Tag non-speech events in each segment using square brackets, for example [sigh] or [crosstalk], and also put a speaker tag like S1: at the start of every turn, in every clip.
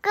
S1: 哥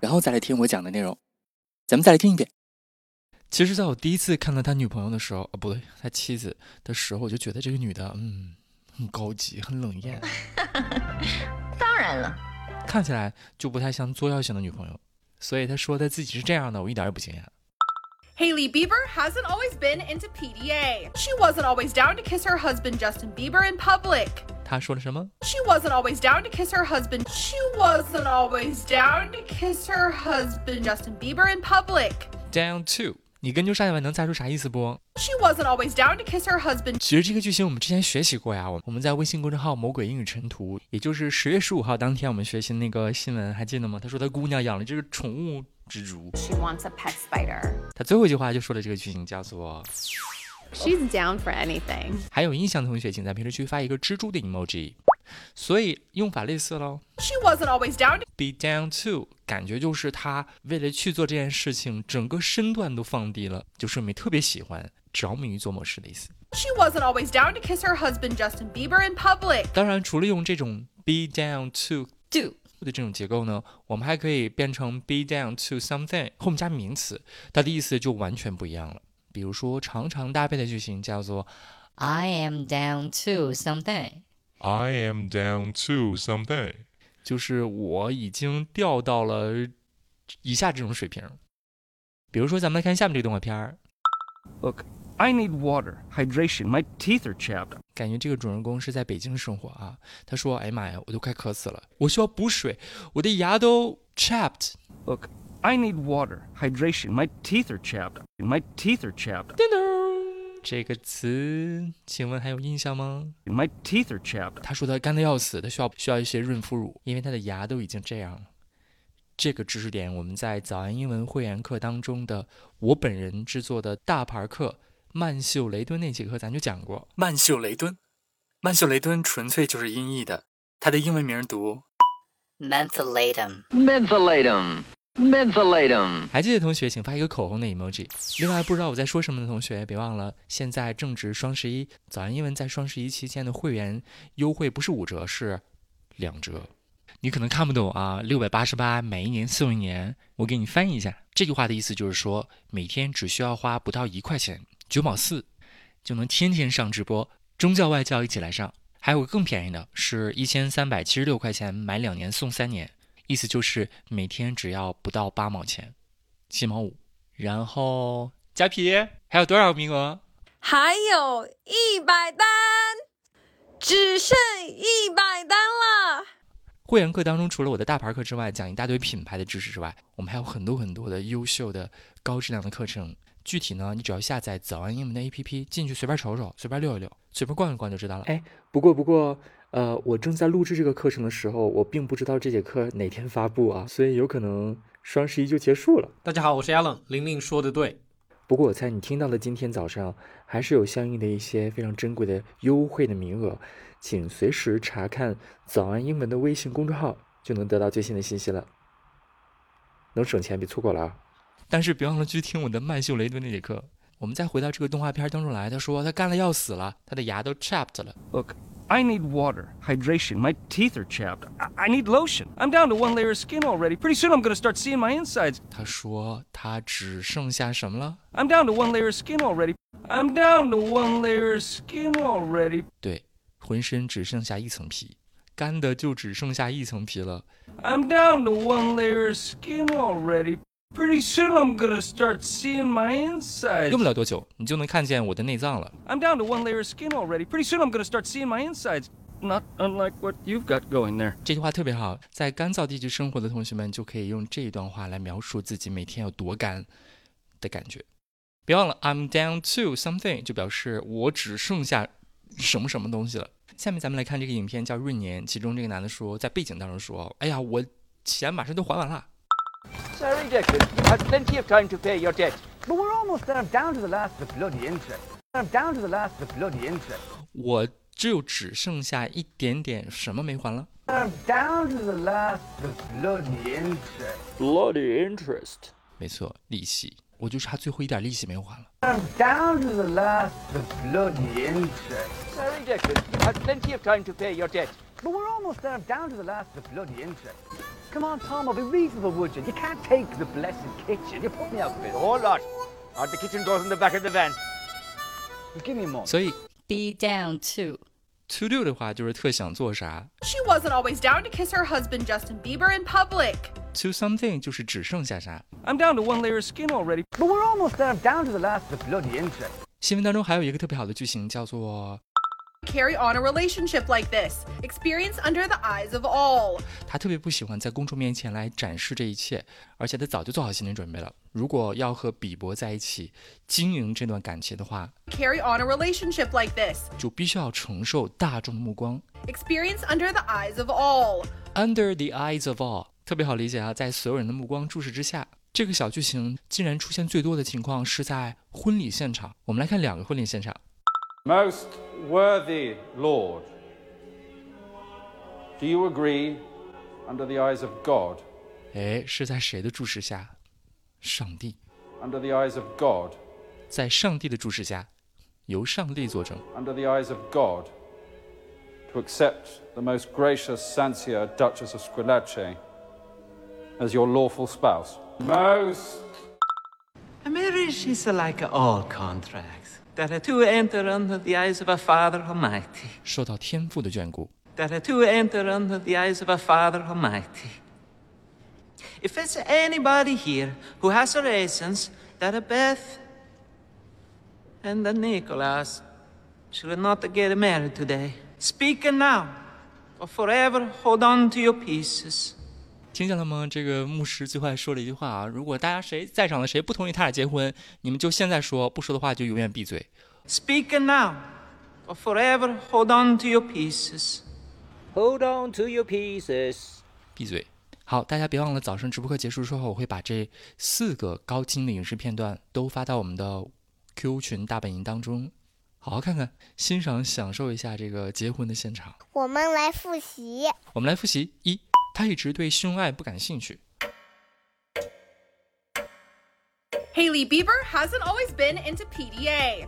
S2: 然后再来听我讲的内容。咱们再来听一遍。其实，在我第一次看到他女朋友的时候，啊，不对，他妻子的时候，我就觉得这个女的，嗯，很高级，很冷艳，
S3: [laughs] 当然了，
S2: 看起来就不太像作药型的女朋友。所以他说他自己是这样的，我一点也不惊讶。
S4: Haley Bieber hasn't always been into PDA. She wasn't always down to kiss her husband Justin Bieber in public.
S2: 他说了什么？
S4: She wasn't always down to kiss her husband. She wasn't always down to kiss her husband Justin Bieber in public.
S2: down to。你根据上下文能猜出啥意思不？
S4: She wasn't always down to kiss her husband.
S2: 其实这个句型我们之前学习过呀，我我们在微信公众号“魔鬼英语晨图”，也就是十月十五号当天我们学习那个新闻，还记得吗？他说他姑娘养了这个宠物蜘蛛，
S3: She wants a pet spider.
S2: 他最后一句话就说了这个句型叫做
S3: She's down for anything.
S2: 还有印象的同学，请在评论区发一个蜘蛛的 emoji。所以用法类似喽
S4: She wasn't always down to
S2: ，be down to，感觉就是他为了去做这件事情，整个身段都放低了，就说明特别喜欢，着迷于做某事的意思。
S4: She wasn't always down to kiss her husband Justin Bieber in public.
S2: 当然，除了用这种 be down to
S3: Do.
S2: 的这种结构呢，我们还可以变成 be down to something 后面加名词，它的意思就完全不一样了。比如说，常常搭配的句型叫做
S3: I am down to something.
S5: I am down to something.
S2: 就是我已经掉到了以下这种水平。比如说，咱们来看下面这个动画片儿，
S6: Look, I need water, hydration. My teeth are chapped.
S2: 感觉这个主人公是在北京生活啊。他说：“哎呀妈呀，我都快渴死了，我需要补水，我的牙都 chapped。
S6: Look, I need water, hydration. My teeth are chapped. My teeth are chapped. ”
S2: 叮咚，这个词，请问还有印象吗？
S6: My teeth are chapped.
S2: 他说他干的要死，他需要需要一些润肤乳，因为他的牙都已经这样了。这个知识点我们在早安英文会员课当中的我本人制作的大牌课曼秀雷敦那节课咱就讲过。曼秀雷敦，曼秀雷敦纯粹就是音译的，它的英文名读。
S3: Mentholatum.
S7: Mentholatum. Mentholatum.
S2: 还记得同学请发一个口红的 emoji。另外不知道我在说什么的同学，别忘了现在正值双十一，早安英文在双十一期间的会员优惠不是五折，是两折。你可能看不懂啊，六百八十八，每一年送一年。我给你翻译一下，这句话的意思就是说，每天只需要花不到一块钱，九毛四，就能天天上直播，中教外教一起来上。还有个更便宜的，是一千三百七十六块钱买两年送三年，意思就是每天只要不到八毛钱，七毛五。然后加皮还有多少名额？
S8: 还有一百单，只剩一百单了。
S2: 会员课当中，除了我的大牌课之外，讲一大堆品牌的知识之外，我们还有很多很多的优秀的、高质量的课程。具体呢，你只要下载早安英文的 APP，进去随便瞅瞅，随便溜一溜，随便逛一逛就知道了。哎，不过不过，呃，我正在录制这个课程的时候，我并不知道这节课哪天发布啊，所以有可能双十一就结束了。
S9: 大家好，我是 Allen。玲玲说的对，
S2: 不过我猜你听到的今天早上还是有相应的一些非常珍贵的优惠的名额，请随时查看“早安英文”的微信公众号，就能得到最新的信息了。能省钱别错过了啊！但是别忘了去听我的曼秀雷敦那节课。我们再回到这个动画片当中来，他说他干了要死了，他的牙都 chapped 了。
S6: Look, I need water, hydration. My teeth are chapped. I, I need lotion. I'm down to one layer of skin already. Pretty soon I'm going to start seeing my insides.
S2: 他说他只剩下什么了？
S6: I'm down to one layer of skin already. I'm down to one layer of skin already.
S2: 对，浑身只剩下一层皮，干的就只剩下一层皮了。
S6: I'm down to one layer of skin already. Pretty soon I'm going to start seeing my insides.
S2: 用不了多久，你就能看见我的内脏了。
S6: I'm down to one layer of skin already. Pretty soon I'm going to start seeing my insides. Not unlike what you've got going there.
S2: 这句话特别好，在干燥地区生活的同学们就可以用这一段话来描述自己每天有多干的感觉。别忘了，I'm down to something 就表示我只剩下什么什么东西了。下面咱们来看这个影片叫《闰年》，其中这个男的说，在背景当中说：“哎呀，我钱马上都还完了。
S10: Sorry, Declan. You had plenty of time to pay your debt. But we're almost there, down to the last of the bloody interest. I'm down to the last of the bloody interest.
S2: 我就只剩下一点点什么没还了。
S10: I'm down to the last of the bloody interest.
S2: Bloody interest，没错，利息，我就差最后一点利息没有还了。
S10: I'm down to the last of the bloody interest. Sorry, Declan. You had plenty of time to pay your debt. But we're almost there, down to the last of the bloody interest. Come on, Tom, I'll be reasonable, would you? You can't take the blessed kitchen. You put me out of it a whole lot. Or the kitchen goes in the back of the van. Give me a moment.
S2: 所以
S3: Be down to.
S2: to do 的话就是特想做啥
S4: She wasn't always down to kiss her husband Justin Bieber in public.
S2: ，to something 就是只剩下啥。
S6: I'm down to one layer of skin already.
S10: But we're almost there, down to the last of the bloody interest.
S2: 新闻当中还有一个特别好的句型叫做，
S4: Carry on a relationship like this, experience under the eyes of all.
S2: 他特别不喜欢在公众面前来展示这一切，而且他早就做好心理准备了。如果要和比伯在一起经营这段感情的话，
S4: Carry on a relationship like this,
S2: 就必须要承受大众的目光。
S4: experience under the eyes of all.
S2: Under the eyes of all，特别好理解啊，在所有人的目光注视之下，这个小剧情竟然出现最多的情况是在婚礼现场。我们来看两个婚礼现场，
S11: Most worthy Lord, do you agree, under the eyes of God,
S2: 哎，是在谁的注视下？上帝，
S11: under the eyes of God,
S2: 在上帝的注视下，由上帝作证。
S11: under the eyes of God, to accept the most gracious Sancia, Duchess of Squillace, as your lawful spouse? Most
S12: A marriage is like all contracts. There are two enter under the eyes of a Father Almighty.
S2: 受到天父的眷顾，
S12: There are two enter under the eyes of a Father Almighty. If there's anybody here who has a reasons that a Beth and a Nicholas should not get married today, speak now or forever hold on to your pieces.
S2: 听见了吗？这个牧师最后还说了一句话啊，如果大家谁在场的谁不同意他俩结婚，你们就现在说，不说的话就永远闭嘴。
S12: Speak now or forever hold on to your pieces. Hold on to your pieces.
S2: 闭嘴。好，大家别忘了早上直播课结束之后，我会把这四个高清的影视片段都发到我们的 Q 群大本营当中，好好看看，欣赏享受一下这个结婚的现场。
S1: 我们来复习。
S2: 我们来复习：一，他一直对秀恩爱不感兴趣；
S4: Haley Bieber hasn't always been into PDA.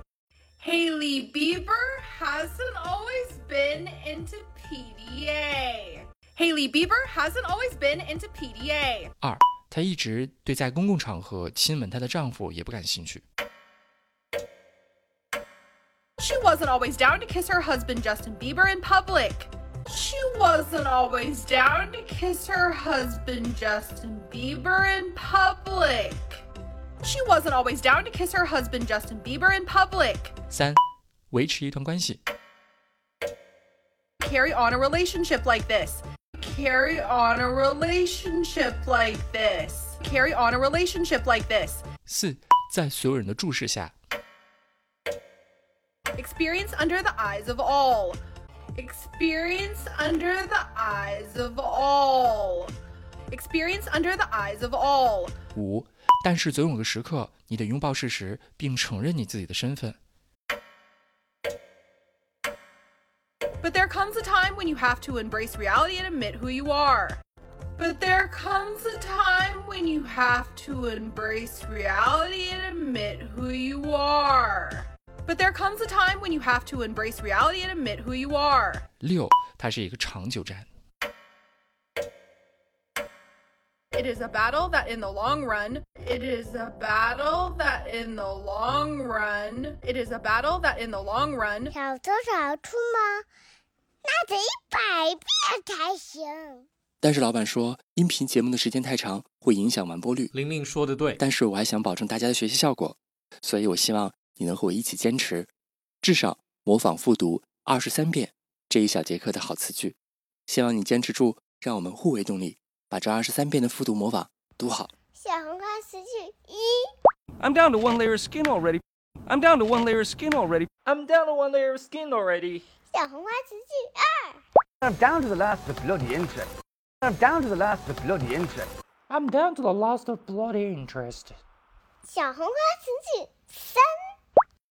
S4: Haley Bieber hasn't always been into PDA. Haley Bieber hasn't always been into PDA.
S2: 二，她一直对在公共场合亲吻她的丈夫也不感兴趣；
S4: She wasn't always down to kiss her husband Justin Bieber in public. She wasn't always down to kiss her husband Justin Bieber in public. She wasn't always down to kiss her husband Justin Bieber in public.
S2: 三，维持一段关系；
S4: Carry on a relationship like this. Carry on a relationship like this. Carry on a relationship like this.
S2: 四，在所有人的注视下；
S4: Experience under the eyes of all. Experience under the eyes of all. Experience under the eyes of all.
S2: 五，但是总有个时刻，你得拥抱事实，并承认你自己的身份。
S4: But there comes a time when you have to embrace reality and admit who you are. But there comes a time when you have to embrace reality and admit who you are. But there comes a time when you have to embrace reality and admit who you are.
S2: 六，它是一个长久战。
S4: It is a battle that in the long run, it is a battle that in the long run, it is a battle that in the long run,
S1: 小偷小兔吗？那得一百遍才行。
S2: 但是老板说，音频节目的时间太长，会影响完播率。
S9: 玲玲说的对，
S2: 但是我还想保证大家的学习效果，所以我希望你能和我一起坚持，至少模仿复读二十三遍这一小节课的好词句。希望你坚持住，让我们互为动力，把这二十三遍的复读模仿读好。
S1: 小红花词句一，
S6: I'm down to one layer of skin already. I'm down to one layer of skin already.
S7: I'm down to one layer of skin already.
S1: 小红花词句二，
S10: I'm down to the last of the bloody interest. I'm down to the last of the bloody interest.
S13: I'm down to the last of bloody interest.
S1: 小红花词句三，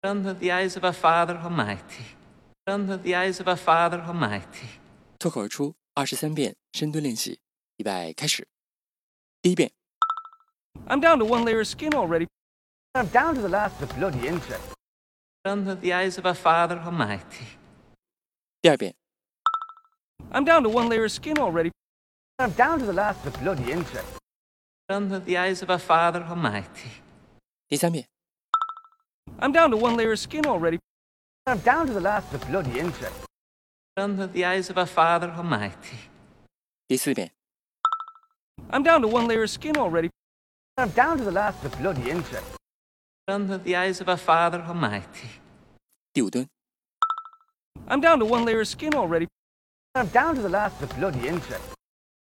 S12: Under the eyes of a Father Almighty. Under the eyes of a Father Almighty.
S2: 脱口而出二十三遍深蹲练习，预备开始。第一遍，
S14: I'm down to one layer of skin already.
S10: I'm down to the last of the bloody insect.
S12: Under the eyes of a Father Almighty.
S2: 第二遍，
S14: I'm down to one layer of skin already.
S10: I'm down to the last of the bloody insect.
S12: Under the eyes of a Father Almighty.
S2: 第三遍，
S14: I'm down to one layer of skin already.
S10: I'm down to the last of the bloody insect.
S12: Under the eyes of a Father Almighty.
S2: 第四遍，
S14: I'm down to one layer of skin already.
S10: I'm down to the last of the bloody insect.
S12: Under the eyes of a Father Almighty.
S2: 第五蹲，
S14: I'm down to one layer of skin already.
S10: I'm down to the last of the bloody insect.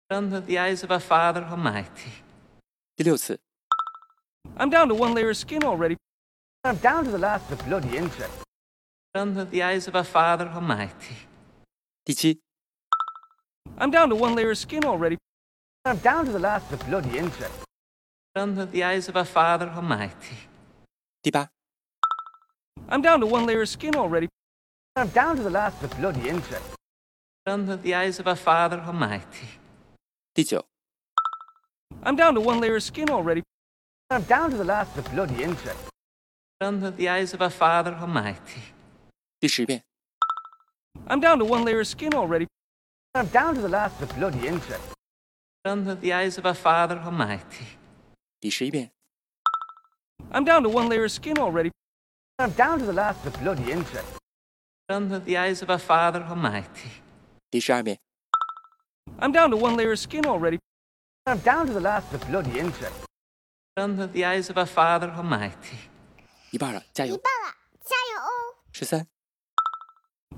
S12: Under the eyes of a Father Almighty.
S2: 第六次，
S14: I'm down to one layer of skin already.
S10: I'm down to the last of the bloody insect.
S12: Under the eyes of a Father Almighty.
S2: 第七，
S14: I'm down to one layer of skin already.
S10: I'm down to the last of the bloody insect.
S12: Under the eyes of a Father Almighty.
S2: 第八，
S14: I'm down to one layer of skin already.
S10: I'm down to the last of the bloody insect.
S12: Under the eyes of a Father Almighty.
S2: 第九，
S14: I'm down to one layer of skin already.
S10: I'm down to the last of the bloody insect.
S12: Under the eyes of a Father Almighty.
S2: 第十遍，
S14: I'm down to one layer of skin already.
S10: I'm down to the last of the bloody insect.
S12: Under the eyes of a Father Almighty.
S2: 第十一遍，
S14: I'm down to one layer of skin already.
S10: I'm down to the last of the bloody insect.
S12: Under the eyes of a Father Almighty.
S2: 第十二遍，
S14: I'm down to one layer of skin already.
S10: I'm down to the last of the bloody insect.
S12: Under the eyes of a Father Almighty.
S2: 一半了，加
S1: 一
S2: 油！
S1: 半了，加油哦！
S2: 十三、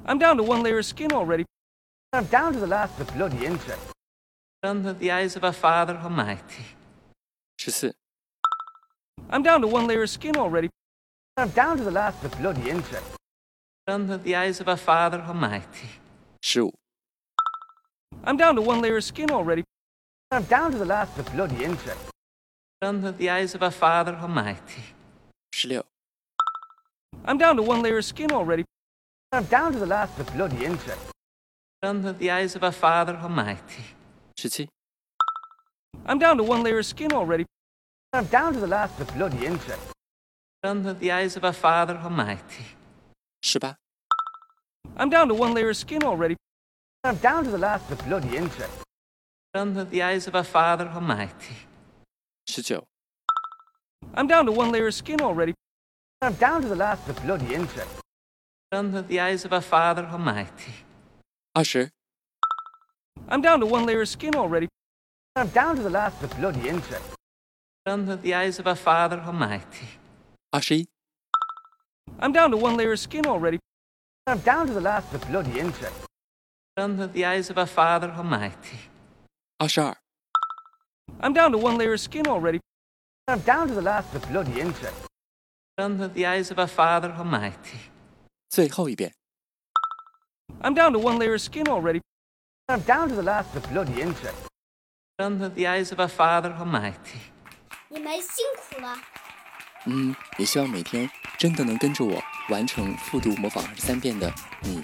S14: I'm down to one layer of skin already.
S10: I'm down to the last of the bloody insect.
S12: Under the eyes of a Father Almighty.
S2: 十四、
S14: I'm down to one layer of skin already.
S10: I'm down to the last of the bloody insect.
S12: Under the eyes of a Father Almighty.
S2: 十五、
S14: I'm down to one layer of skin already.
S10: I'm down to the last of the bloody insect.
S12: Under the eyes of a Father Almighty.
S2: 十六、
S14: I'm down to one layer of skin already.
S10: I'm down to the last of the bloody insect.
S12: Under the eyes of a Father Almighty.
S2: 十七、
S14: I'm down to one layer of skin already.
S10: I'm down to the last of the bloody insect.
S12: Under the eyes of a Father Almighty.
S2: 十八、
S14: I'm down to one layer of skin already.
S10: I'm down to the last of the bloody insect.
S12: Under the eyes of a Father Almighty.
S2: 十九、
S14: I'm down to one layer of skin already.
S10: I'm down to the last of the bloody insect.
S12: Under the eyes of a Father Almighty.
S2: 二十、
S14: I'm down to one layer of skin already.
S10: I'm down to the last of the bloody insect.
S12: Under the eyes of a Father Almighty.
S2: 二十一、
S14: I'm down to one layer of skin already.
S10: I'm down to the last of the bloody insect.
S12: Under the eyes of a Father Almighty.
S2: 二十二、
S14: I'm down to one layer of skin already.
S10: I'm down to the last of the bloody insect.
S12: Under the eyes of a Father Almighty.
S2: 最后一遍。
S14: I'm down to one layer of skin already.
S10: I'm down to the last of the bloody insect.
S12: Under the eyes of a Father Almighty.
S1: 你们辛苦了。
S2: 嗯，也希望每天真的能跟着我完成复读模仿二十三遍的你，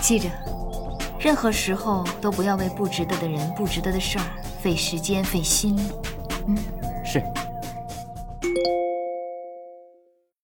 S15: 记着，任何时候都不要为不值得的人、不值得的事儿费时间、费心力。嗯。